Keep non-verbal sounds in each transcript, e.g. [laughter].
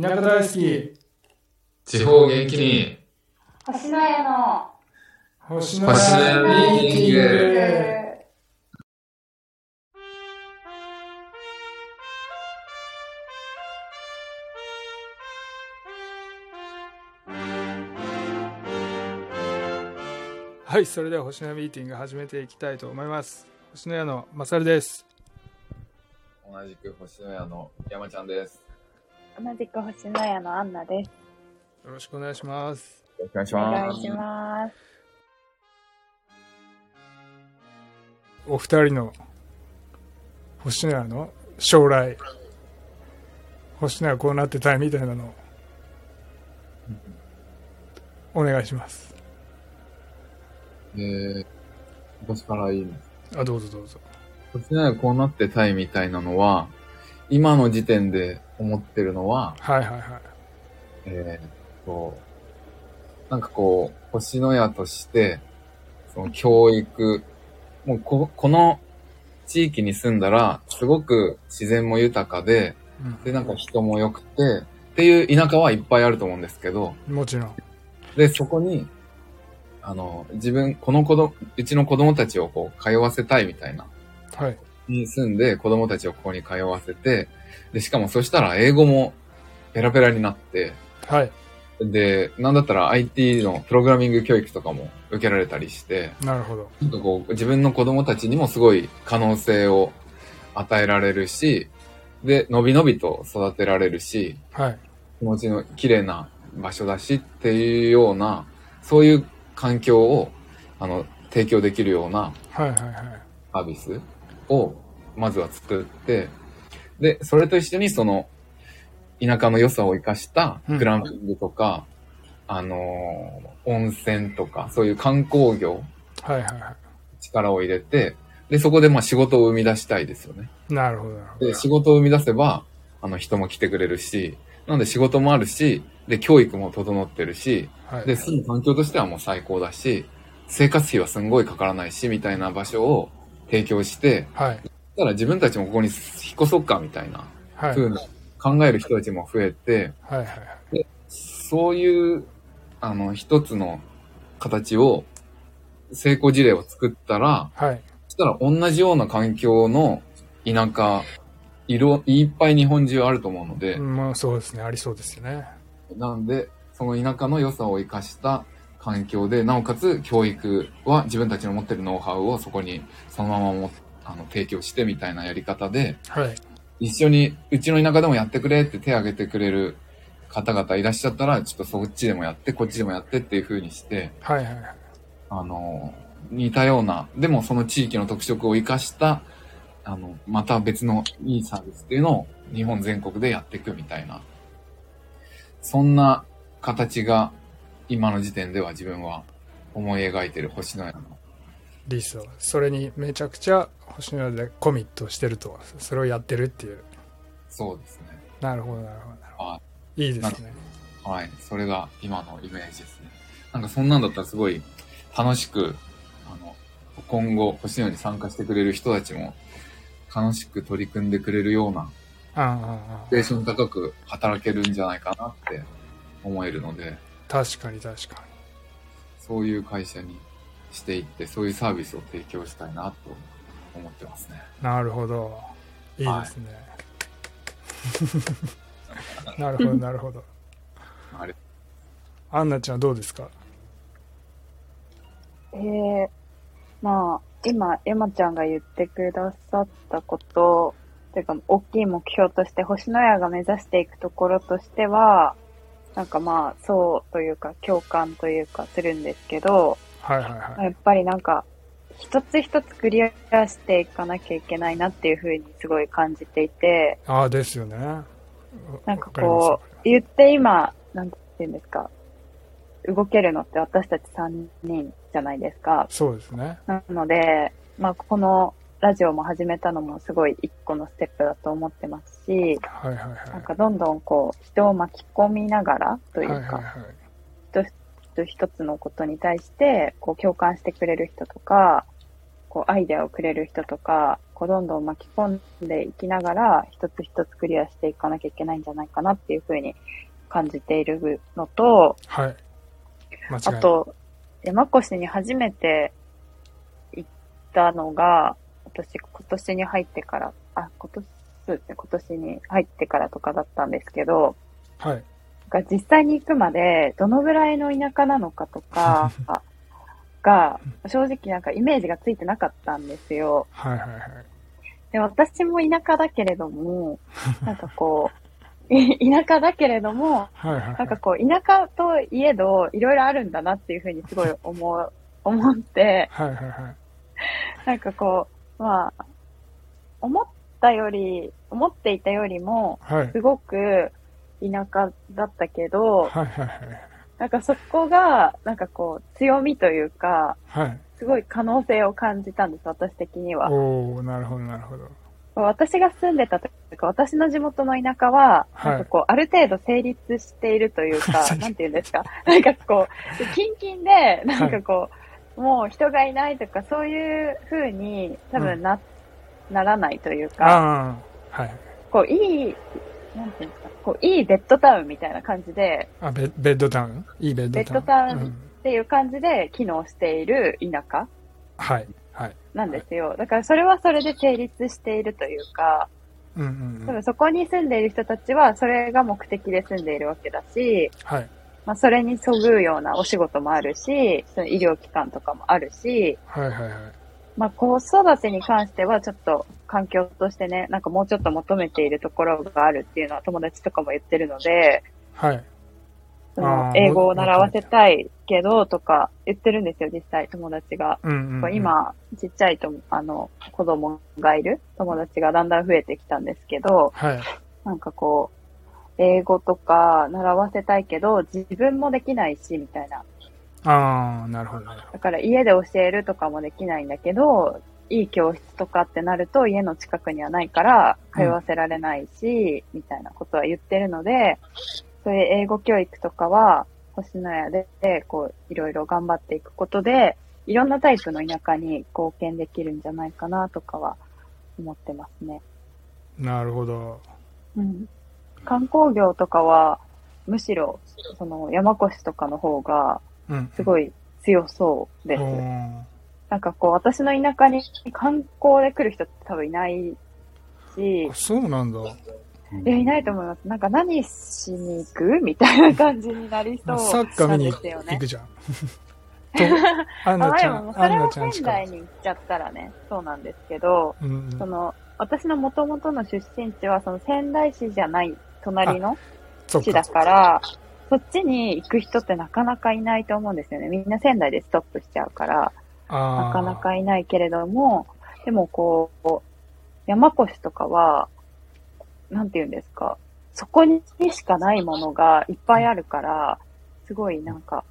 田舎大好き地方元気に、星の家の星野星野ミミーテーティィンンググはいそれでは星野ミーティング始めていきたいと思います星野屋のマサルです同じく星の屋の山ちゃんです。同じく星の家のアンナです。よろしくお願いしますよろしくお願いしお願まいす。します。お二人の星野屋の将来星野屋こうなってたいみたいなのをお願いしますえー、私からいいのあどうぞどうぞ星の屋こうなってたいみたいなのは、今の時点で思ってるのは、はいはいはいえーっと、なんかこう、星の屋として、その教育、もうここの地域に住んだら、すごく自然も豊かで、で、なんか人も良くて、っていう田舎はいっぱいあると思うんですけど、うんもちろんで、そこに、あの、自分、この子供、うちの子供たちをこう、通わせたいみたいな。はいに住んで、子供たちをここに通わせて、で、しかもそしたら英語もペラペラになって、はいで、なんだったら IT のプログラミング教育とかも受けられたりして、なるほどなんかこう、自分の子供たちにもすごい可能性を与えられるし、で、のびのびと育てられるし、はい気持ちの綺麗な場所だしっていうような、そういう環境を、あの、提供できるようなはいはいはいサービスを、まずは作って、で、それと一緒にその、田舎の良さを生かした、うんグランピングとか、あのー温泉とか、そういう観光業、はいはいは力を入れて、で、そこでまあ仕事を生み出したいですよね。いなるほどなるほどで、仕事を生み出せば、あの人も来てくれるし、なので仕事もあるし、で、教育も整ってるし、はいで、住む環境としてはもう最高だし、生活費はすんごいかからないし、みたいな場所を提供して、はいただ自分たちもここに引っ越そっか、みたいな、はいふうな考える人たちも増えて、はいはいはいそういう、あの、一つの形を、成功事例を作ったら、はいそしたら同じような環境の田舎、いろ、いっぱい日本中あると思うので、うんまあそうですねありそうですよねなんで、その田舎の良さを生かした環境で、なおかつ教育は自分たちの持ってるノウハウをそこにそのままもあの提供してみたいなやり方で、はい一緒にうちの田舎でもやってくれって手挙げてくれる方々いらっしゃったら、ちょっとそっちでもやって、こっちでもやってっていう風にして、はいはいはいあの、似たような、でもその地域の特色を生かした、あの、また別のいいサービスっていうのを日本全国でやっていくみたいな。そんな形が今の時点では自分は思い描いてる星のやの。リースはそれにめちゃくちゃ星野でコミットしてるとそれをやってるっていうそうですね。なるほどなるほどなるほはどいいですねはい。それが今のイメージですね。なんかそんなんだったらすごい楽しく、あの、今後星のよに参加してくれる人たちも楽しく取り組んでくれるようなうんうんうんモチベーション高く働けるんじゃないかなって思えるので、確かに確かそういう会社にしていって、そういうサービスを提供したいなと思ってますね。になるほどいいですね、 [laughs] なるほどなるほどあれ、アンナちゃんどうですかえー、まあ、今、山ちゃんが言ってくださったこと、というか、大きい目標として、星の家が目指していくところとしては、なんかまあ、そうというか、共感というか、するんですけど、はいはいはいやっぱりなんか、一つ一つクリアしていかなきゃいけないなっていうふうにすごい感じていて、ああですよねななんかこう、言って今、なんて言うんですか、動けるのって私たち3人じゃないですか。そうですねなので、まあ、このラジオも始めたのもすごい一個のステップだと思ってますし、はいはいはいなんかどんどんこう、人を巻き込みながらというか、はいはいはい一つのことに対して、こう、共感してくれる人とか、こう、アイデアをくれる人とか、こうどんどん巻き込んでいきながら、一つ一つクリアしていかなきゃいけないんじゃないかなっていうふうに感じているのと、はい。間違いあない。と、山越に初めて行ったのが、私今年に入ってから、あ、今年、そうですね、今年に入ってからとかだったんですけど、はい。が実際に行くまでどのぐらいの田舎なのかとかが正直なんかイメージがついてなかったんですよ。はいはいはい。で私も田舎だけれどもなんかこうい田舎だけれどもはいはい。なんかこう田舎といえどいろいろあるんだなっていうふうにすごい思う思ってはいはいはい。なんかこうまあ思ったより思っていたよりもはい。すごく田舎だったけど、はいはいはい。なんかそこが、なんかこう、強みというか、はい。すごい可能性を感じたんです、私的には。おおなるほどなるほど。私が住んでたというか、私の地元の田舎は、はいなんかこう、ある程度成立しているというか、最近なんて言うんですか、 [laughs] なんかこう、でキンキンで、なんかこう、もう人がいないとか、そういう風に多分な、ならないというか、ああ、はい。こう、いい、なんて言うんですか、こう、いいベッドタウンみたいな感じで、あベ、ベッドタウンいいベッドタウン。ベッドタウンうんっていう感じで機能している田舎。はい。はい。なんですよ。だからそれはそれで成立しているというか、うんうんう多ん。分そこに住んでいる人たちはそれが目的で住んでいるわけだし、はい。まあそれにそぐうようなお仕事もあるし、その医療機関とかもあるし、はいはいはい。まあ子育てに関してはちょっと環境としてね、なんかもうちょっと求めているところがあるっていうのは友達とかも言ってるので、はい。そあのー英語を習わせたいけどとか言ってるんですよ、実際友達が。うんうん、うん。。今、ちっちゃいと、あの、子供がいる友達がだんだん増えてきたんですけど、はい。なんかこう、英語とか習わせたいけど、自分もできないし、みたいな。ああ、なるほどなるほだから家で教えるとかもできないんだけど、いい教室とかってなると家の近くにはないから通わせられないし、みたいなことは言ってるので、そういう英語教育とかは星のやで、こう、いろいろ頑張っていくことで、いろんなタイプの田舎に貢献できるんじゃないかなとかは思ってますね。ど。なるほど。うん。観光業とかは、むしろ、その山越とかの方がうん。すいごい強そうです。おなんかこう、私の田舎に観光で来る人って多分いないしーあ、そうなんだ。いや、いないと思います。なんか何しに行くみたいな感じになりそ [laughs] うサッカーな見んに行ですよ行ね。くじゃん。 [laughs] と、アンまナ [laughs] あちでゃも、ん、そアれンナはちゃんし仙か。台に行っちゃったらね、そうなんですけど、うんうんその、私の元々の出身地は、その仙台市じゃない隣のそっ市だから、そっちに行く人ってなかなかいないと思うんですよね。みんな仙台でストップしちゃうから。あなーかなかいないけれども、でもこう、山越とかは、なんて言うんですか、そこにしかないものがいっぱいあるから、すごいなんか、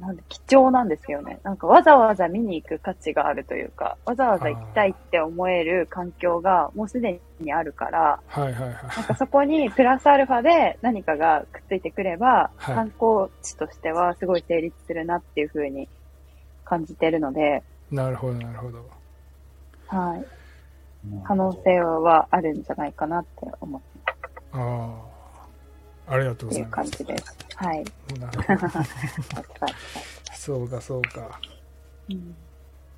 なんで貴重なんですよね。なんかわざわざ見に行く価値があるというか、わざわざ行きたいって思える環境がもうすでにあるから、はいはいはい。なんかそこにプラスアルファで何かがくっついてくれば、はい観光地としてはすごい成立するなっていうふうに感じてるので、なるほどなるほど。はい、うん可能。性はあるんじゃないかなって思っああ。ありがとうござていいうま感す。じです。はい。なるほどお疲れそうかそうか。うん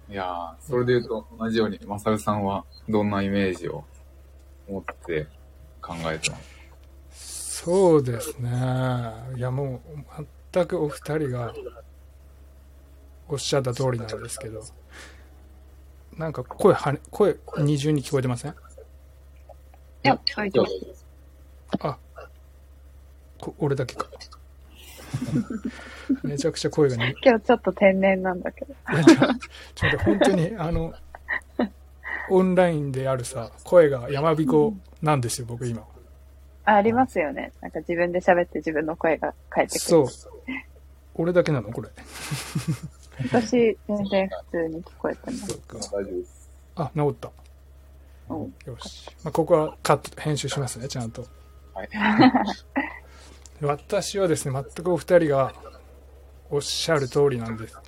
いやー、それで言うと同じように、マサルさんはどんなイメージを持って考えてますそうですね。いやもう全くお二人がおっしゃった通りなんですけど、なんか声はね声二重に聞こえてません？いや、はい、どうぞこ俺だけか。めちゃくちゃ声がに。今日ちょっと天然なんだけど。いやちょちょっと待って本当 [laughs] にあのオンラインであるさ声が山彦なんですよ僕今。あありますよね。なんか自分で喋って自分の声が返ってくる。そう。俺だけなのこれ。私、全然普通に聞こえてます。そうか。大丈夫です。あ、治った。うんよし。まあ、ここはカット、編集しますね、ちゃんと。はい。 [laughs] 私はですね、全くお二人がおっしゃる通りなんですで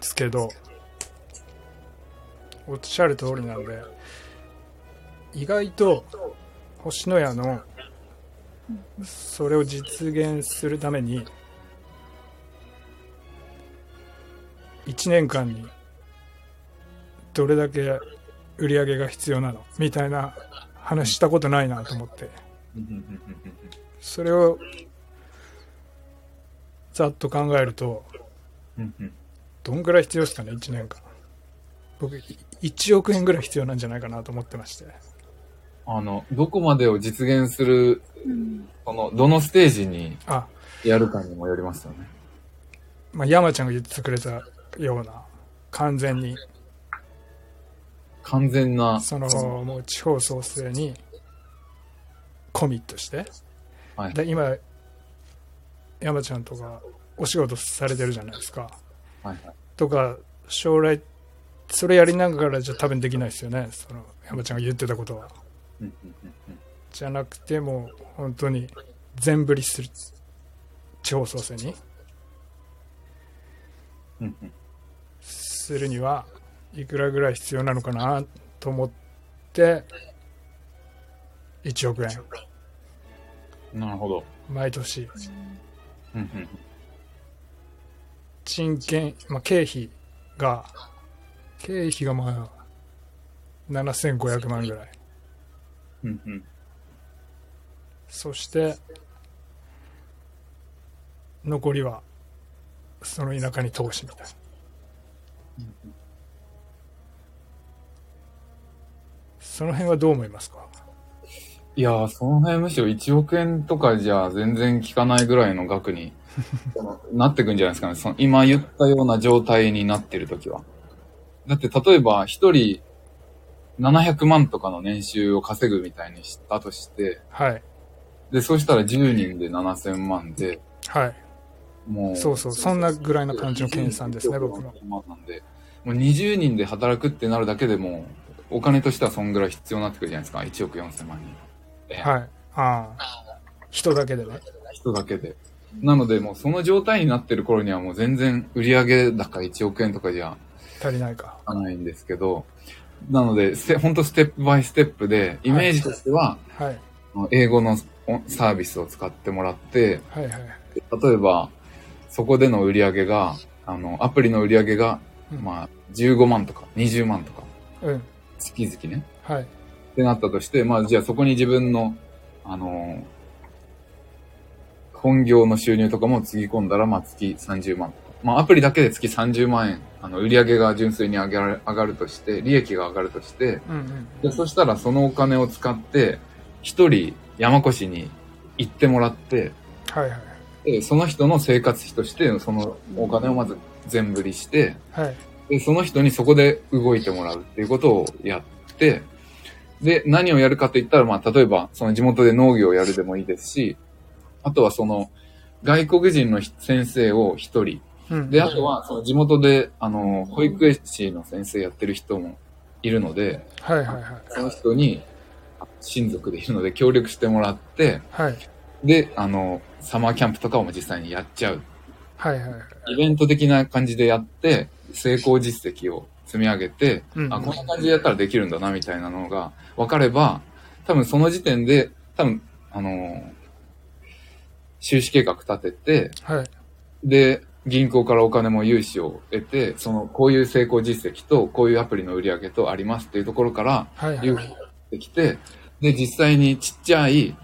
すけど、おっしゃる通りなんで、意外と星のやの、それを実現するために、1年間にどれだけ売り上げが必要なのみたいな話したことないなと思ってそれをざっと考えるとどんぐらい必要ですかね1年間僕1億円ぐらい必要なんじゃないかなと思ってましてあの、どこまでを実現する、この、どのステージにあやるかにもよりますよね。まあ山ちゃんが言ってくれたような完全に完全な、そのもう地方創生にコミットして、はいで今山ちゃんとかお仕事されてるじゃないですかはいとか将来それやりながらじゃ多分できないですよねその山ちゃんが言ってたことはうんじゃなくてもう本当に全振りする地方創生にうんうんするにはいくらぐらい必要なのかなと思って1億円うんなるほど。毎年うんうん人件、まあ、経費が、経費がまあ、7500万ぐらい。うんうんそして、残りは、その田舎に投資みたいな。その辺はどう思いますかいやー、その辺むしろ1億円とかじゃ全然効かないぐらいの額 [laughs] にそのなってくんじゃないですかね。その今言ったような状態になってる時は。だって例えば1人700万とかの年収を稼ぐみたいにしたとして、はい。で、そうしたら10人で7000万で、はい。もう。そうそうそんなぐらいの感じの計算ですね僕のも。もう20人で働くってなるだけでも、お金としてはそんぐらい必要になってくるじゃないですか。1億4000万人。はい。ああ。人だけでね。人だけで。なので、もうその状態になってる頃にはもう全然売上高1億円とかじゃ足りないか。ないんですけど、なので、ステほんとステップバイステップで、イメージとしては、はい。あの英語のおサービスを使ってもらって、はいはい。例えば、そこでの売り上げが、あの、アプリの売り上げが、うんまあ、15万とか、20万とか、うん。月々ね。はい。ってなったとして、まあ、じゃあそこに自分の、あのー本業の収入とかもつぎ込んだら、まあ、月30万とか。まあ、アプリだけで月30万円、あの、売り上げが純粋に上げられ、上がるとして、利益が上がるとして、うんうん。で、そしたらそのお金を使って、一人山越しに行ってもらって、はいはい。でその人の生活費として、そのお金をまず全振りして、はい。で、その人にそこで動いてもらうっていうことをやって、で、何をやるかと言ったら、まあ、例えば、その地元で農業をやるでもいいですし、あとはその、外国人の先生を一人。うん。で、あとは、その地元で、あの、保育士の先生やってる人もいるので、はいはいはい。その人に、親族でいるので協力してもらって、はい。で、あの、サマーキャンプとかも実際にやっちゃう。はいはいはい。イベント的な感じでやって、成功実績を積み上げて、うんあ、こんな感じでやったらできるんだな、みたいなのが分かれば、多分その時点で、多分、あのー収支計画立てて、はい。で、銀行からお金も融資を得て、その、こういう成功実績と、こういうアプリの売り上げとありますっていうところから、はいはい融。資できて、で、実際にちっちゃい、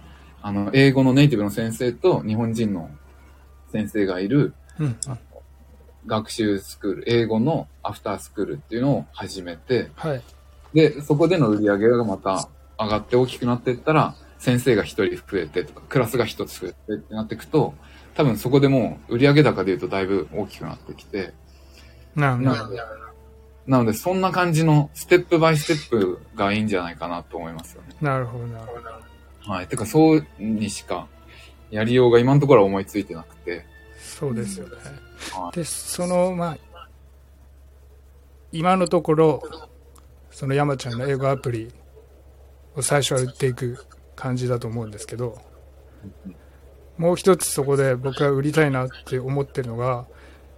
あの、英語のネイティブの先生と日本人の先生がいる、うん。学習スクール、英語のアフタースクールっていうのを始めて、はい。で、そこでの売り上げがまた上がって大きくなっていったら、先生が一人増えてとか、クラスが一つ増えてってなっていくと、多分そこでもう売上高で言うとだいぶ大きくなってきて、なるなほので、なのでそんな感じのステップバイステップがいいんじゃないかなと思いますよね。ど。なるほど、なるほど。はい。てか、そうにしかやりようが今のところは思いついてなくて、そうですよねは。で、その、まあ、今のところ、その山ちゃんの英語アプリを最初は売っていく感じだと思うんですけど、もう一つそこで僕が売りたいなって思ってるのが、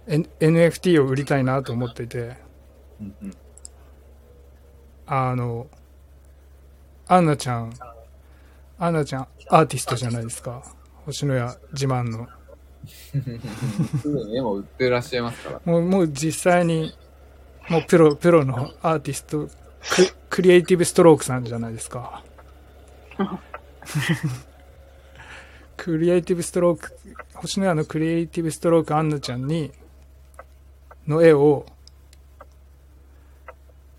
N- NFT を売りたいなと思っていて、うんうんあの、アンナちゃん、アンナちゃんアーティストじゃないですか。星のや自慢の。すでに絵も売ってらっしゃいますから。もう、もう実際に、もうプロ、プロのアーティスト、ククリエイティブストロークさんじゃないですか。クリエイティブストローク、星野屋のクリエイティブストロークアンナちゃんに、の絵を、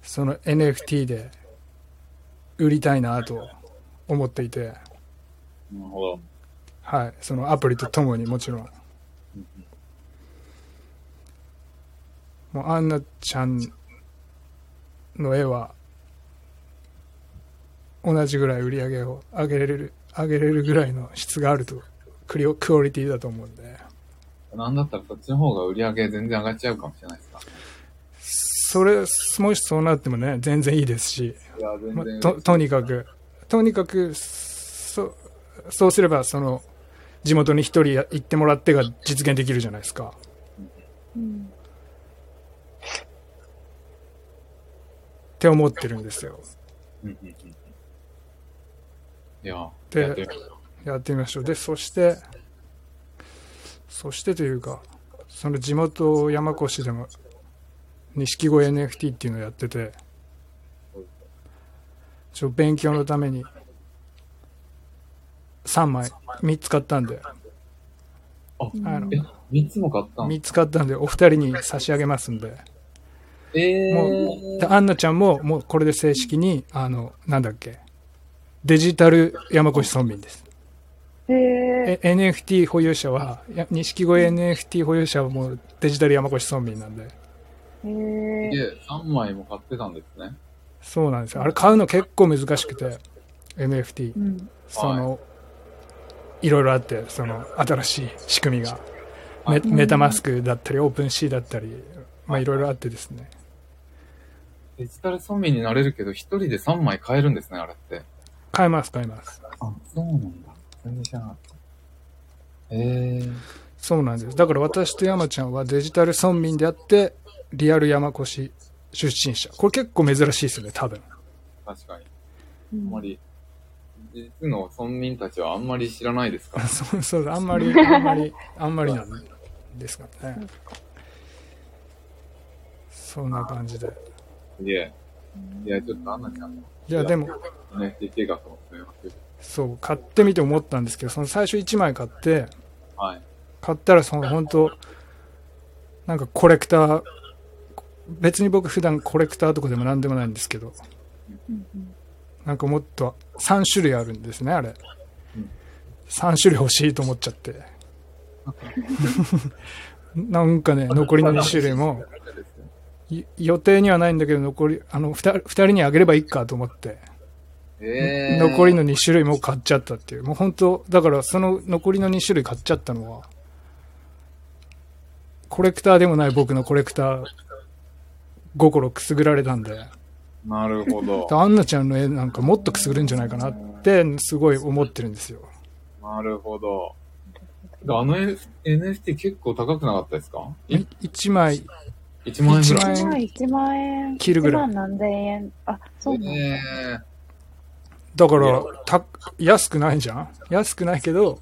その NFT で売りたいなと思っていて、なるほど。はい、そのアプリとともにもちろん。もうアンナちゃんの絵は同じぐらい売り上げを上げれる上げれるぐらいの質があるとクリオクオリティだと思うんでなんだったらそっちの方が売り上げ全然上がっちゃうかもしれないですか。それもしそうなってもね全然いいですし、いや、全ま然、ととにかくとにかくそそうすればその地元に一人行ってもらってが実現できるじゃないですかうん。って思ってるんですようんうんうんいや、でやってみましょやってみましょう。で、そして、そしてというか、その地元山古志でも、錦鯉 NFT っていうのをやってて、ちょ勉強のために、3枚、3つ買ったんで、うあのえ、3つも買ったの3つ買ったんで、お二人に差し上げますんで、えー、もう、でアンナちゃんも、もうこれで正式に、あの、なんだっけ、デジタル山越村民です。へえ。え NFT 保有者は、いや錦鯉 NFT 保有者はもうデジタル山越村民なんで、へえ。で、3枚も買ってたんですね。そうなんですよ。あれ買うの結構難しくて、NFT う。ん。その、い、ろいろあって、その、新しい仕組みが。メメタマスクだったり、オープンシーだったり、まあいろいろあってですね。デジタル村民になれるけど、1人で3枚買えるんですね、あれって。買います、買います。あ、そうなんだ。全然知らなかった。えー、そうなんです。だから私と山ちゃんはデジタル村民であって、リアル山越し出身者。これ結構珍しいですよね、多分。確かに。うあんんまり、実の村民たちはあんまり知らないですか [laughs] ら。そうそう、あんまり、あんまり、あんまりなんですかね。そんな感じで。すげえ。いや、ちょっとアンナちゃんのいや、でも、 NFT 計画も進めますよそう、買ってみて思ったんですけど、その最初1枚買って、はい。買ったらその本当なんかコレクター、別に僕普段コレクターとかでも何でもないんですけど、うんうんなんかもっと3種類あるんですね、あれうん。 3種類欲しいと思っちゃって。なんかね、残りの2種類も、い予定にはないんだけど、残り、あの、二人二人にあげればいいかと思って、えー、残りの2種類も買っちゃったっていう。もう本当だからその残りの2種類買っちゃったのは、コレクターでもない僕のコレクター、心くすぐられたんで、なるほどで。アンナちゃんの絵なんかもっとくすぐるんじゃないかなって、すごい思ってるんですよ。なるほど。あの NFT 結構高くなかったですかい1枚、 1万円ぐら一い。一万一万円。切るぐらい一万何千円。あ、そうなんだ。えー、だから、た、安くないじゃん安くないけど、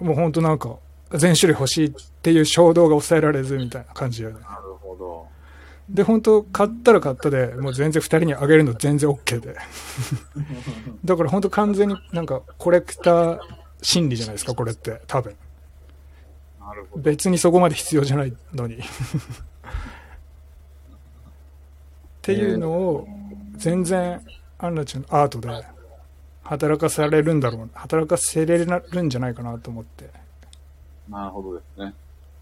もう本当なんか、全種類欲しいっていう衝動が抑えられずみたいな感じよね。なるほど。で、本当買ったら買ったで、もう全然二人にあげるの全然 OK で。だから本当完全になんかコレクター心理じゃないですか、これって。多分。なるほど。別にそこまで必要じゃないのに。 [laughs] っていうのを、全然、アンナちゃんのアートで働かされるんだろう。働かせれるんじゃないかなと思って。なるほどですね。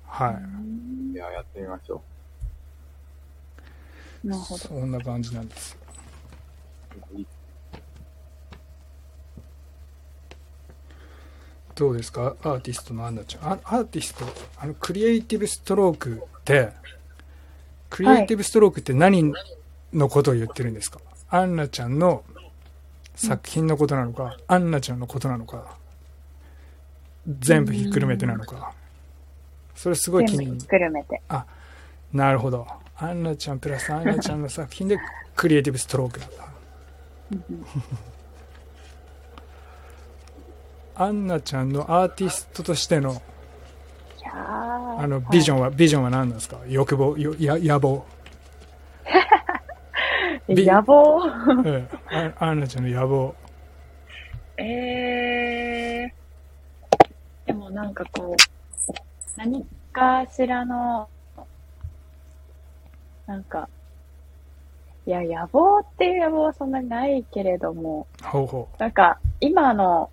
はい。いや、やってみましょなるほど。そんな感じなんです。う。どうですかアーティストのアンナちゃん。あアーティスト、あの、クリエイティブストロークって、クリエイティブストロークって何のことを言ってるんですか、アンナちゃんの作品のことなのか、アンナちゃんのことなのか、全部ひっくるめてなのか。それすごい気全部にひっくるめて。なるほど。アンナちゃんプラスアンナちゃんの作品でクリエイティブストロークだった。アンナちゃんのアーティストとしてのいやあのビジョン、ンは、ビジョンは何なんですか欲望、よや野望。はい野望 [laughs] うんあアンナちゃんの野望。えー、でもなんかこう、何かしらの、なんか、いや、野望っていう野望はそんなにないけれども、ほうほなんか、今の、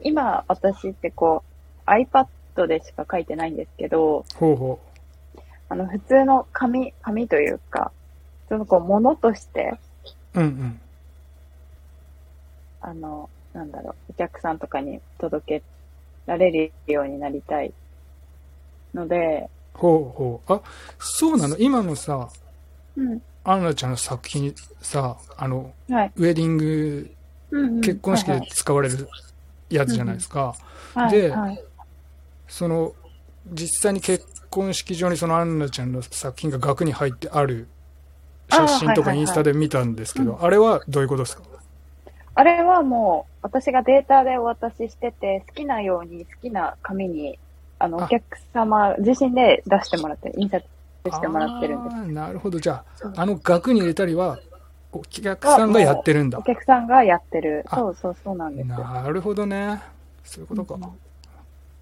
今私ってこう、iPad でしか書いてないんですけど、う。ほうほあの、普通の紙、紙というか、普通のこう、ものとして、う。うんうん。あの、なんだろう、お客さんとかに届けられるようになりたいので、ほうほう。あ、そうなの今のさ、うん。アンナちゃんの作品さ、あの、はい。ウェディング、うんうん結婚式はいで使われるやつじゃないですか。はいではいはいその、実際に結婚式場にそのアンナちゃんの作品が額に入ってある写真とあーはいはいはかいインスタで見たんですけど、あれはどういうことですかあれはもう、私がデータでお渡ししてて、好きなように、好きな紙に、あの、あお客様自身で出してもらって、印刷してもらってるんです。あーなるほど。じゃそうあ、あの額に入れたりは、お客さんがやってるんだお。客さんがやってる。あそうそうそうなんですよ。なるほどね。そういうことか。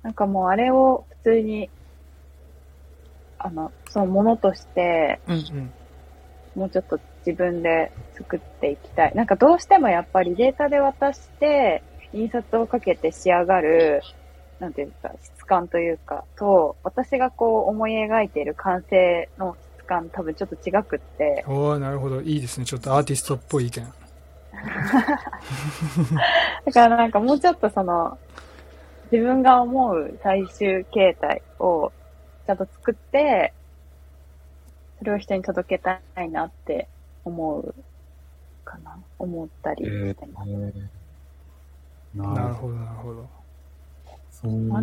なんかもうあれを普通に、あの、そのものとして、うんうん。もうちょっと自分で作っていきたい。なんかどうしてもやっぱりデータで渡して、印刷をかけて仕上がる、なんていうんですか、質感というか、と、私がこう思い描いている完成の質感多分ちょっと違くって、おーなるほど。いいですね。ちょっとアーティストっぽい意見。だからなんかもうちょっとその、自分が思う最終形態をちゃんと作って、それを人に届けたいなって思うかな思ったりしてます。なるなるほど、なるほど。そういうこ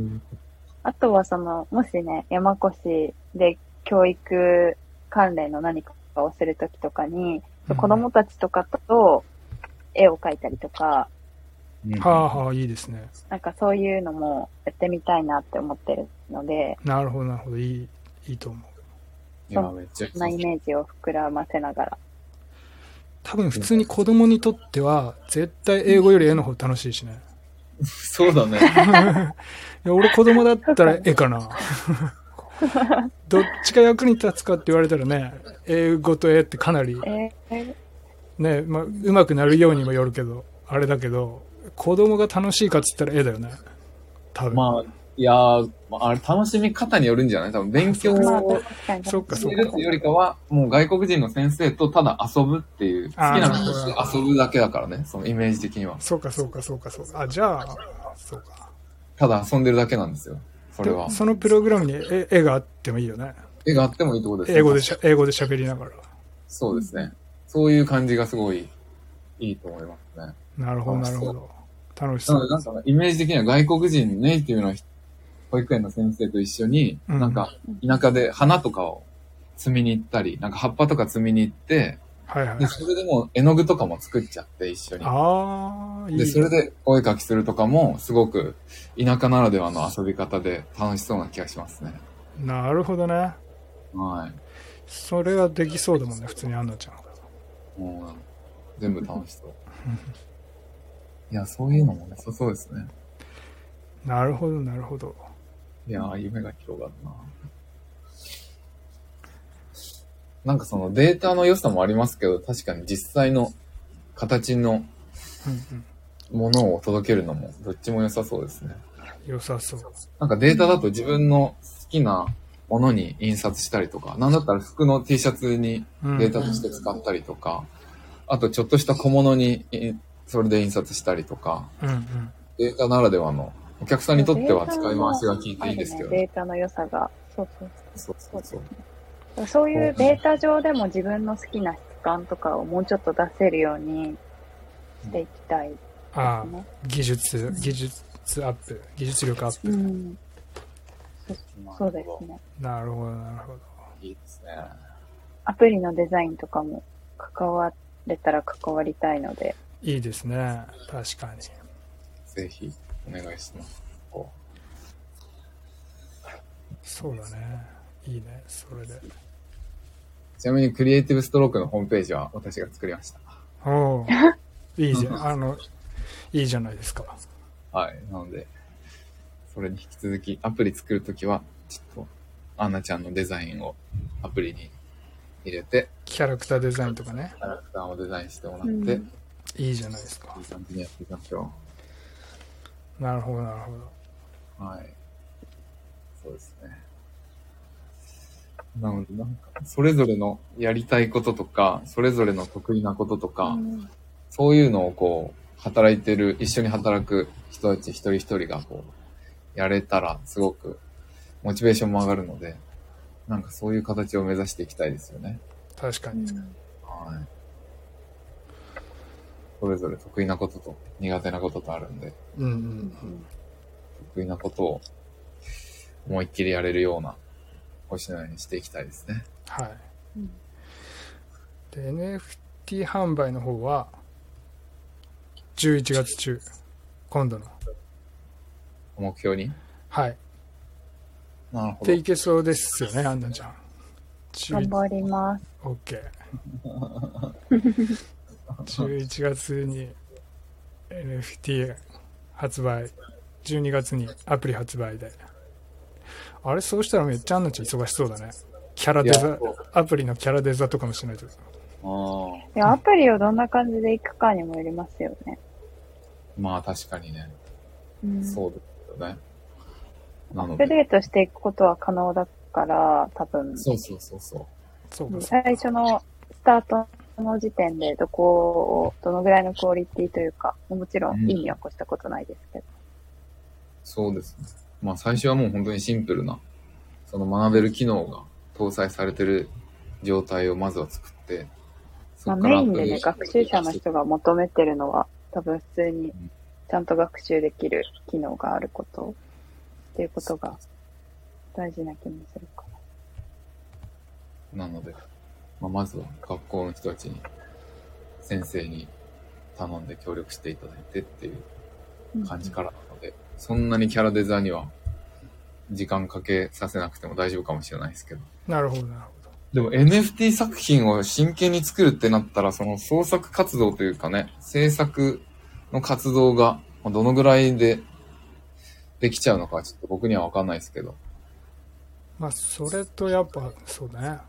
あとはその、もしね、山越で教育関連の何かをするときとかうに、ん子供たちとかと絵を描いたりとか、と。はああ。はあ、いいですね。なんかそういうのもやってみたいなって思ってるので、なるほど、なるほど。いい、いいと思う。いや、めっちゃいいそんなイメージを膨らませながら。多分普通に子供にとっては、絶対英語より絵の方楽しいしね。そうだね。いや俺子供だったら絵かな。どっちが役に立つかって言われたらね、英語と絵ってかなりえーね、まあ、うまくなるようにもよるけど、あれだけど、子供が楽しいかっつったら絵だよね。多分。まあ、いやー、まああれ楽しみ方によるんじゃない多分勉強まあを確かに。そっかすそるっていうよりかは、もう外国人の先生とただ遊ぶっていう、好きなことして遊ぶだけだからね、そのイメージ的には。そうかそうかそうかそうか。あ、じゃあ、そうか。ただ遊んでるだけなんですよ。それはで。そのプログラムに絵絵があってもいいよね。絵があってもいいってことですね英語でしゃ、英語で喋りながら。そうですね。そういう感じがすごいいいと思いますね。なるほど、なるほど。楽しそなので、う。なんか、イメージ的には外国人ネイティブの保育園の先生と一緒に、うんなんか、田舎で花とかを摘みに行ったり、なんか葉っぱとか摘みに行って、はいはいで、。それでもう絵の具とかも作っちゃって、一緒に。ああ、いい。で、それでお絵描きするとかも、すごく田舎ならではの遊び方で楽しそうな気がしますね。なるほどね。はい。それはできそうだもんね、普通にアンナちゃんが。もう、全部楽しそう。いや、そういうのも良さそうですね。なるほど、なるほど。いやー、夢が広がるな。なんかそのデータの良さもありますけど、確かに実際の形のうんうん。ものを届けるのも、どっちも良さそうですね。良さそう。なんかデータだと自分の好きなものに印刷したりとか、なんだったら服の T シャツにうんデータとして使ったりとか、あとちょっとした小物にえそれで印刷したりとか、うんうん。データならではの、お客さんにとっては使い回しが効いていいですけどあるねね。データの良さが。そうそうそうそうそう。そう。そういうデータ上でも自分の好きな質感とかをもうちょっと出せるようにしていきたいでああす、ね。技術、技術アップ、技術力アップ。うん。そうそうですね。なるほど、なるほど。いいですね。アプリのデザインとかも関われたら関わりたいので、いいですね。確かに。ぜひ、お願いします。こそうだね。いいね。それで。うちなみに、クリエイティブストロークのホームページは私が作りました。おお。 [laughs] いいじゃん。あの、いいじゃないですか。はい。なので、それに引き続き、アプリ作るときは、ちょっと、アンナちゃんのデザインをアプリに入れて、キャラクターデザインとかね。キャラクターをデザインしてもらって、うんいいいじゃないですかい。感じにやっていきましょなるほど、なるほど。う。はい。そうですね。なので、なんか、それぞれのやりたいこととか、それぞれの得意なこととか、うんそういうのをこう、働いてる、一緒に働く人たち一人一人がこう、やれたらすごくモチベーションも上がるので、なんかそういう形を目指していきたいですよね。確かに。はい。それぞれ得意なことと苦手なこととあるんで、うんううんん。得意なことを思いっきりやれるような星のようにしていきたいですね。はい。うんで NFT 販売の方は11月中今度の目標に。はいなるほでどい。けそうですよねアンナちゃん頑11張ります。 OK [laughs] 11月に NFT 発売12月にアプリ発売であれそうしたらめっちゃアンナちゃん忙しそうだねキャラデいザやそうアプリのキャラデザとかもしないとああ。いや、アプリをどんな感じでいくかにもよりますよね。まあ確かにね。うんそうですよね。なアのップで。デートしていくことは可能だから、多分、そうそうそうそう。そうかそう最初のスタートの時点で、どこを、どのぐらいのクオリティというか、もちろん意味は越したことないですけど。そうですね。まあ最初はもう本当にシンプルな、その学べる機能が搭載されてる状態をまずは作って、そまあ、こメインでね、アプ学リ習者の人が求めてるのは、多分普通にちゃんと学習できる機能があることっていうことが大事な気もするかなので、まあ、まずは学校の人たちに、先生に頼んで協力していただいてっていうら。感じからなので、そんなにキャラデザには時間かけさせなくても大丈夫かもしれないですけど。なるほどなるほどでも NFT 作品を真剣に作るってなったら、その創作活動というかね、制作の活動がまあどのぐらいでできちゃうのかはちょっと僕にはわかんないですけど。まあそれとやっぱそうだねあ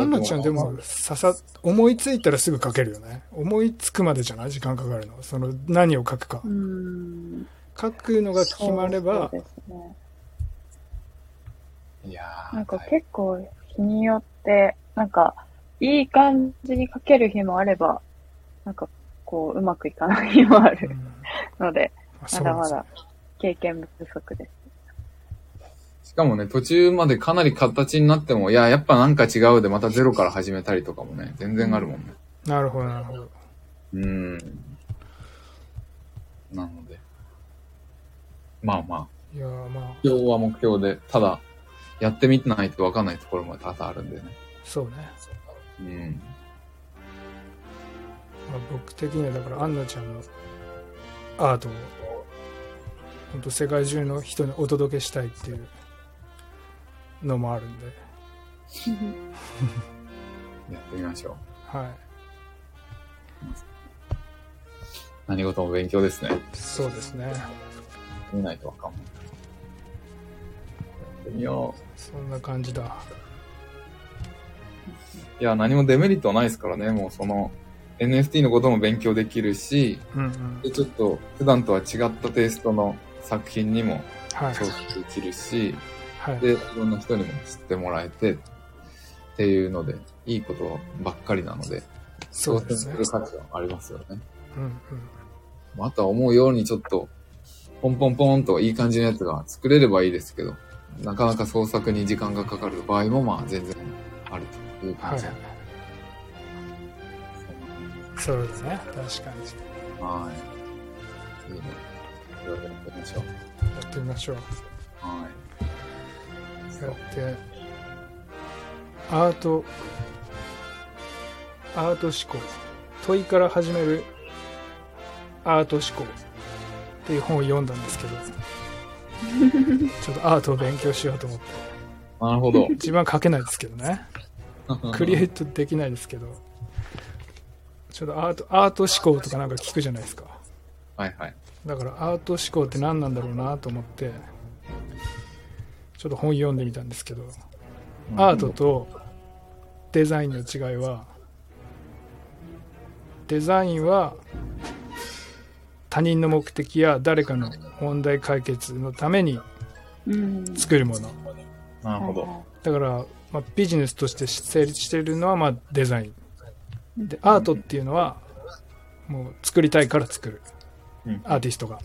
アンナちゃんでも、ささ思いついたらすぐ書けるよね思いつくまでじゃない時間かかるのその何を書くかうーん。書くのが決まればそうですね。いやーなんかはい結構日によって、なんかいい感じに書ける日もあれば、なんかこううまくいかない日もあうるんので、あまそうだなんでますねだ経験不足です。しかもね、途中までかなり形になっても、いや、やっぱなんか違うで、またゼロから始めたりとかもね、全然あるもんね。なるほどなるほどうーん。なので。まあまあ、いやーまあ目標は目標で、ただ、やってみないとわかんないところも多々あるんでね。そうね、うん。まあ、僕的にはだからアンナちゃんのアートを本当世界中の人にお届けしたいっていうのもあるんでやってみましょう。はい何事も勉強ですね。そうですね見ないとわかんない。やってみよそんな感じだう。いや、何もデメリットはないですからね。もうその、NFT のことも勉強できるし、うんうんでちょっと普段とは違ったテイストの作品にもはい挑戦できるし、はいで、いろんな人にも知ってもらえて、っていうので、いいことばっかりなので、そうですね挑戦する価値はありますよね。うんうんまた思うようにちょっと、ポンポンポンといい感じのやつが作れればいいですけど、なかなか創作に時間がかかる場合もまあ全然あるというは感いじで。そうですね確かにはい。いいね。いろいろやってみましょう。やってみましょうはい。やってアートアート思考問いから始めるアート思考っていう本を読んだんですけどちょっとアートを勉強しようと思ってなるほど。自分は書けないですけどねクリエイトできないですけどちょっとアートアート思考とかなんか聞くじゃないですかはいはい。だからアート思考って何なんだろうなと思ってちょっと本読んでみたんですけどアートとデザインの違いはデザインは他人の目的や誰かの問題解決のためにうん。作るものなるほはいはど。だいから、まあ、ビジネスとして成立しているのは、まあ、デザインでアートっていうのはもう作りたいから作るうんアーティストがっ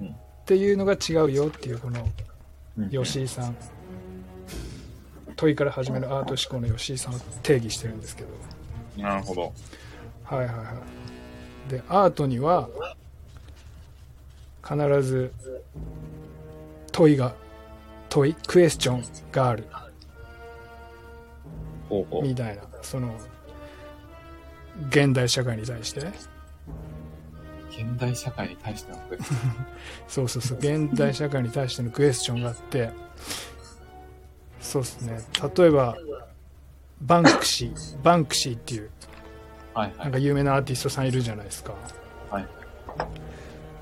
うんうんていうのが違うよっていうこのうんうん吉井さん問いから始めるアート思考の吉井さんを定義してるんですけどなるほど。はいはいはいでアートには必ず問いが問いクエスチョンがあるほうほう。みたいなその現代社会に対して現代社会に対してのことです。そうそうそう現代社会に対してのクエスチョンがあってそうですね例えばバンクシーバンクシーっていうはいはなんい。か有名なアーティストさんいるじゃないですかはい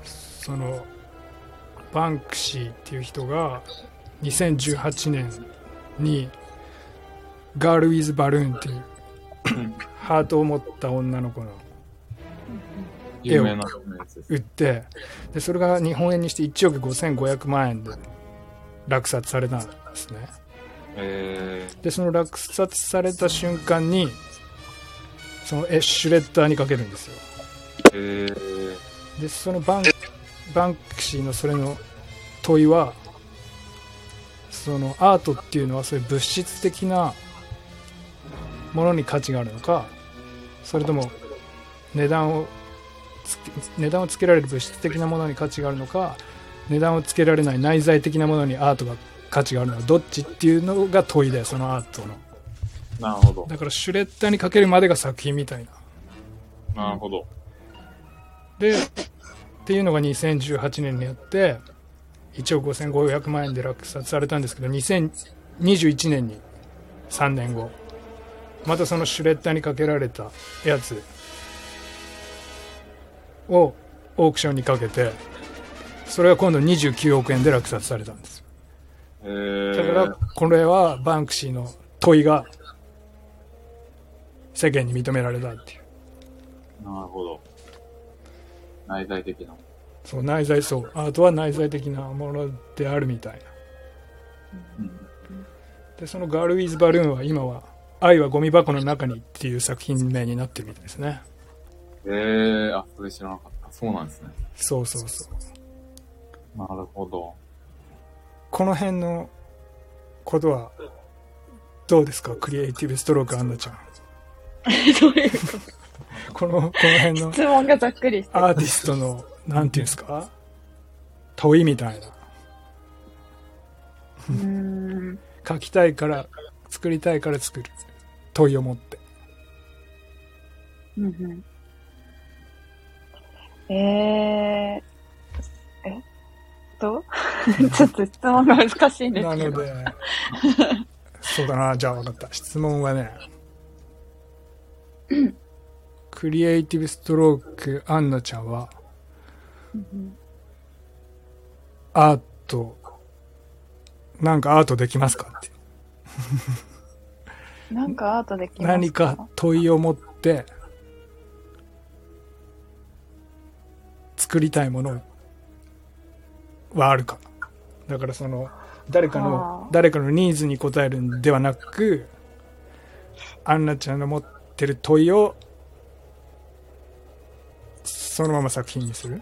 そのバンクシーっていう人が2018年に「ガール・ウィズ・バルーン」っていうハートを持った女の子の有名なやつです。売ってでそれが日本円にして1億5500万円で落札されたんですねえー、でその落札された瞬間にそのえシュレッダーにかけるんですよえー、でそのバンバンクシーのそれの問いはそのアートっていうのはそういう物質的なものに価値があるのかそれとも値段をつけ値段をつけられる物質的なものに価値があるのか値段をつけられない内在的なものにアートが価値があるのはどっちっていうのが問いだよそのアートのなるほど。だからシュレッダーにかけるまでが作品みたいななるほど。でっていうのが2018年にやって1億5500万円で落札されたんですけど2021年に3年後またそのシュレッダーにかけられたやつをオークションにかけてそれが今度29億円で落札されたんですえだー、からこれはバンクシーの問いが世間に認められたっていうなるほど。内在的な。そう内在そうアートは内在的なものであるみたいなうん。でその「ガール・ウィズ・バルーン」は今は「愛はゴミ箱の中に」っていう作品名になってるみたいですねえー、あ、それ知らなかった。そうなんですね。そうそうそうなるほど。この辺のことはどうですかクリエイティブストロークアンナちゃん [laughs] どういうこのこの辺の質問がざっくりしてるアーティストのなんていうんですか問いみたいなうーん。書きたいから作りたいから作る問いを持ってうんうん。えー、えっと [laughs] ちょっと質問が難しいんですなけのど。で [laughs] そうだなじゃあ分かった質問はねクリエイティブストロークアンナちゃんはうんアートなんかアートできますかってうんなんかアートできます何か問いを持って作りたいものはあるかだからその誰かあのー誰かのニーズに応えるんではなくアンナちゃんの持ってる問いをそのまま作品にする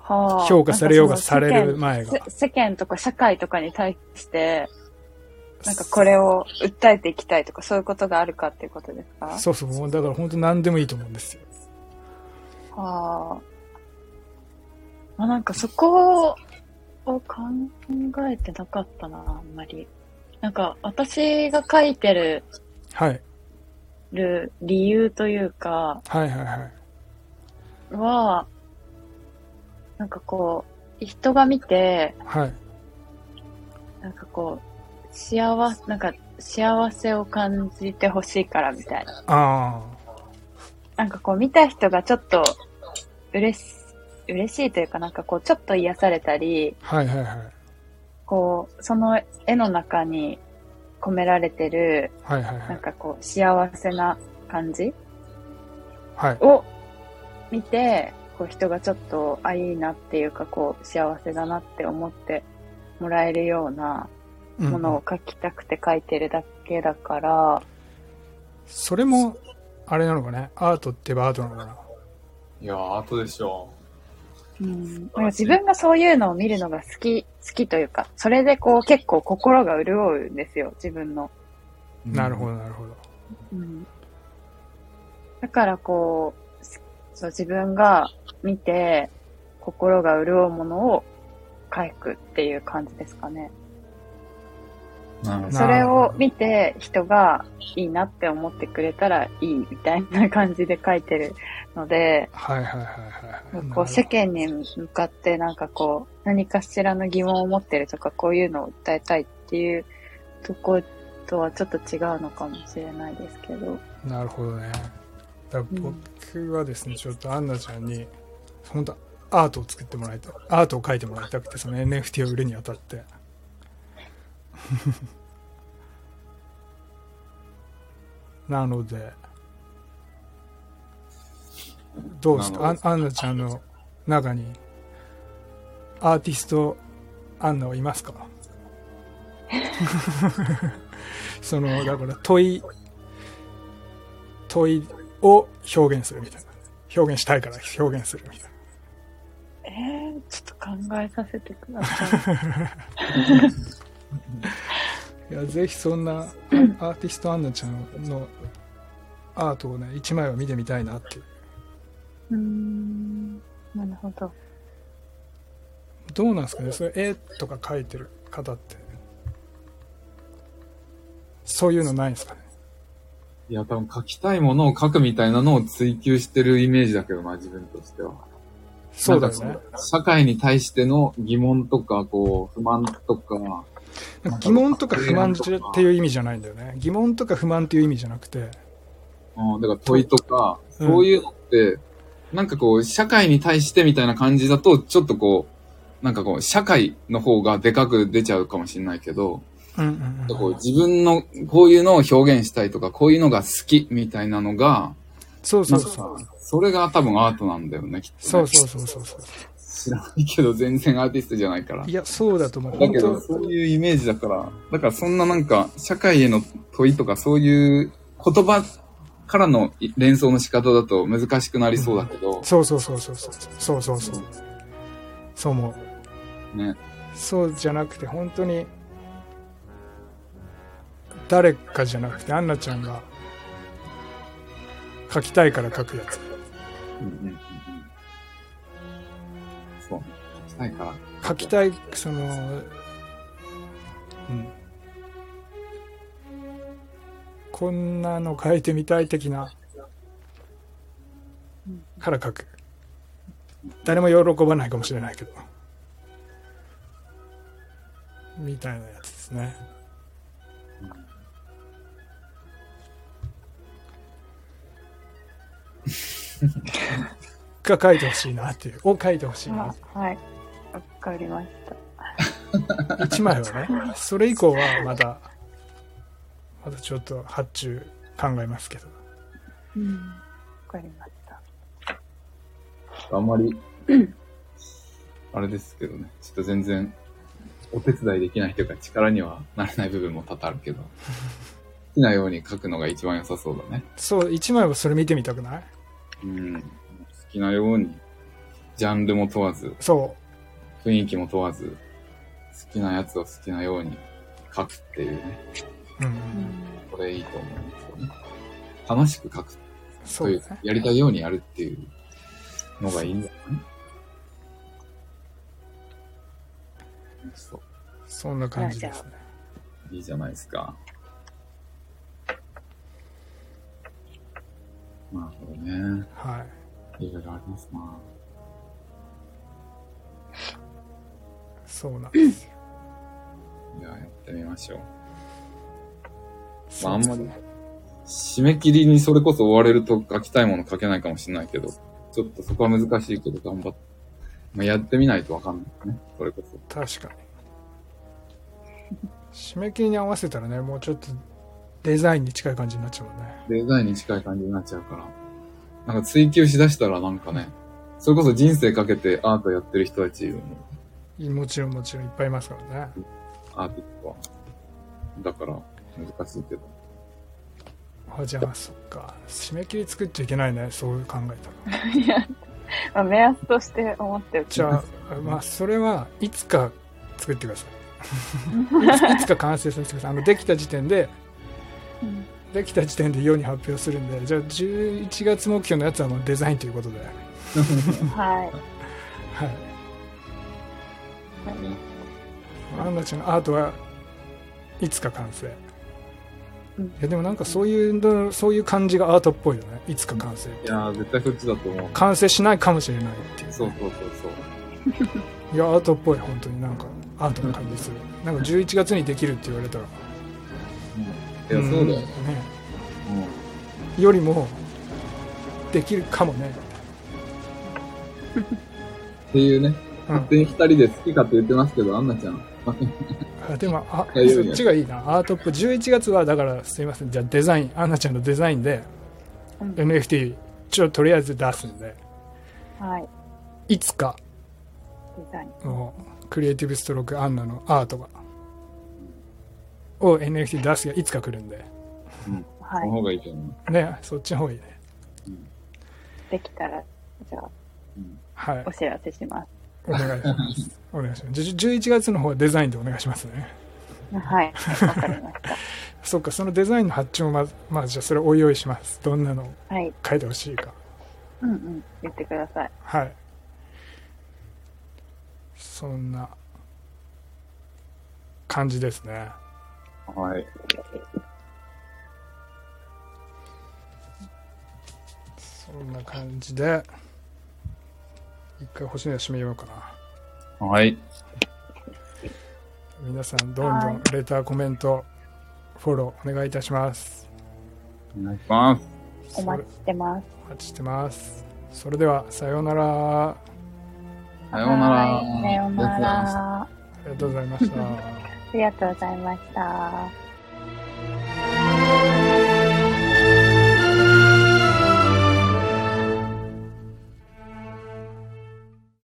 はあ評価されようがなんかそのされる前が世間世間とか社会とかに対して、なんかこれを訴えていきたいとか、そういうことがあるかっていうことですかそうそうもうだから本当何でもいいと思うんですよはあ。あ、なんかそこを考えてなかったな、あんまり。なんか私が書いてるはいる理由というか、はいはいはい。は、なんかこう、人が見て、はい。なんかこう、幸せ、なんか幸せを感じてほしいからみたいな。あなんかこう見た人がちょっと嬉し、嬉しいというかなんかこうちょっと癒されたり、あ。はいはいはい。こう、その絵の中に込められてる、はいはいはなんい。かこう幸せな感じはい。を見て、こう人がちょっと、あ、いいなっていうかこう幸せだなって思ってもらえるようなうんものを描きたくて描いてるだけだから、それも、あれなのかね。アートって言えばアートなのかな。いやー、後でしょうん、なんか自分がそういうのを見るのが好き、好きというか、それでこう結構心が潤うんですよ、自分の。う。なるほど。どなるほど。うん。だからこう、すそう自分が見て心が潤うものを描くっていう感じですかね。なるほど。それを見て人がいいなって思ってくれたらいいみたいな感じで描いてるので、はいはいはいはいはい。こう世間に向かってなんかこう何かしらの疑問を持ってるとかこういうのを訴えたいっていうとことはちょっと違うのかもしれないですけど。なるほどね。だからうん僕はですね、ちょっとアンナちゃんに、本当アートを作ってもらいたい。アートを描いてもらいたくて、その NFT を売るにあたって。なので、どうですかなアるンアンナちゃんの中に、アーティスト、アンナはい [laughs] ますかその、だから問い、問いを表現するみたいな。表現したいから表現するみたいえー、ちょっと考えさせてくだ [laughs] さい。な。いや、ぜひそん [laughs] なあアーティストアンナちゃんのアートをね、一枚は見てみたいなっていう。うーん、なるほど。どうなんですかねそれ絵とか描いてる方って。そういうのないんですかねいや、多分書きたいものを書くみたいなのを追求してるイメージだけどな、自分としては。そうだよなんねか。その社会に対しての疑問とか、こう、不満とか、なんか疑問とか不満じゃっていう意味じゃないんだよね。疑問とか不満っていう意味じゃなくて。うん、だから問いとか、うんそういうのって、なんかこう、社会に対してみたいな感じだと、ちょっとこう、なんかこう、社会の方がでかく出ちゃうかもしれないけど、うんうんこう。うん自分のこういうのを表現したいとか、こういうのが好きみたいなのが、そうそなんうかそう。それが多分アートなんだよね、きっと、ね。そうそうそうそうそう。知らないけど、全然アーティストじゃないから。いや、そうだと思う。だけ本ど、当そういうイメージだから、だからそんななんか、社会への問いとか、そういう言葉からの連想の仕方だと難しくなりそうだけど、そうそうそうそうそうそうそうそうそう思うね。そうじゃなくて本当に誰かじゃなくてアンナちゃんが書きたいから書くやつうんうんうんうんそう。したいから。書きたいそのうんこんなの書いてみたい的なから書く誰も喜ばないかもしれないけどみたいなやつですねが書いてほしいなっていうを書いてほしいなあはい。わかりました。 1枚はねそれ以降はまたまたちょっと発注考えますけどうん。わかりました。あんまり、あれですけどね。ちょっと全然、お手伝いできないというか、力にはなれない部分も多々あるけど、好きなように書くのが一番良さそうだね。そう1枚はそれ見てみたくないうん。好きなように、ジャンルも問わず、そ雰囲気も問わず、好きなやつを好きなように書くっていうね、う、うんうん。これいいと思いますよね。楽しく書くそとういうだねやりたいようにやるっていうのがいいんだよね。そそんな感じですねう、いいじゃないですか。なるほどね。はい。いろいろありますな。そうなんですよ。じゃあやってみましょう。まあそあうんでますりね。締め切りにそれこそ追われると書きたいもの書けないかもしれないけど、ちょっとそこは難しいけど頑張って。まあ、やってみないとわかんないね。それこそ。確かに。締め切りに合わせたらね、もうちょっとデザインに近い感じになっちゃうもんね。デザインに近い感じになっちゃうから。なんか追求しだしたらなんかね、それこそ人生かけてアートやってる人たちももちろんもちろんいっぱいいますからね。アーティストは。だから、難しいけど。あじゃあそっか締め切り作っちゃいけないねそう考えたらいや、まあ目安として思っておきじま。ゃあまあそれはいつか作ってくださいいついつか完成させてくださいあのできた時点ですうんできた時点で世に発表するんでじゃあ11月目標のやつはもうデザインということで、はい。はい、ねアンナちゃんのアートはいつか完成、うんいやでもなんかそういうのそういう感じがアートっぽいよねいつか完成いやー、絶対そっちだと思う。完成しないかもしれないっていうそうそうそうそう。いやアートっぽい本当になんかアートな感じするなんか11月にできるって言われたらいうん、いや、そうだよねね。、うん。よりもできるかもね、っていうね、う勝手に二人で好きかって言ってますけど、アンナちゃん。ん、あでもあいやいやいそやっちがいいなアートっぽい11月はだからすいませんじゃあデザインアンナちゃんのデザインでうん NFT ちょっととりあえず出すんではい。いつかデザイン。もうクリエイティブストロークアンナのアートがを NFT 出すがいつか来るんでそのはい。方がいいと思う。ねそっちの方がいいねできたら、じゃあ、はいお知らせします。お願いします。お願いします。じゅ11月の方はデザインでお願いしますね。はい。わかりました。そっか、そのデザインの発注もまず、まあ、じゃあそれおいおいします。どんなのをはい。書いてほしいか。うんうん。言ってください。はい。そんな感じですね。うん。はい。そんな感じで、一回星のや締めようかな。はい。皆さん、どんどはんレター、コメント、フォローお願いいたします。お願いします。お待ちしてます。お待ちしてます。それでは、さようなら。あさようならはいさようなら。りがとうございました。ありがとうございました。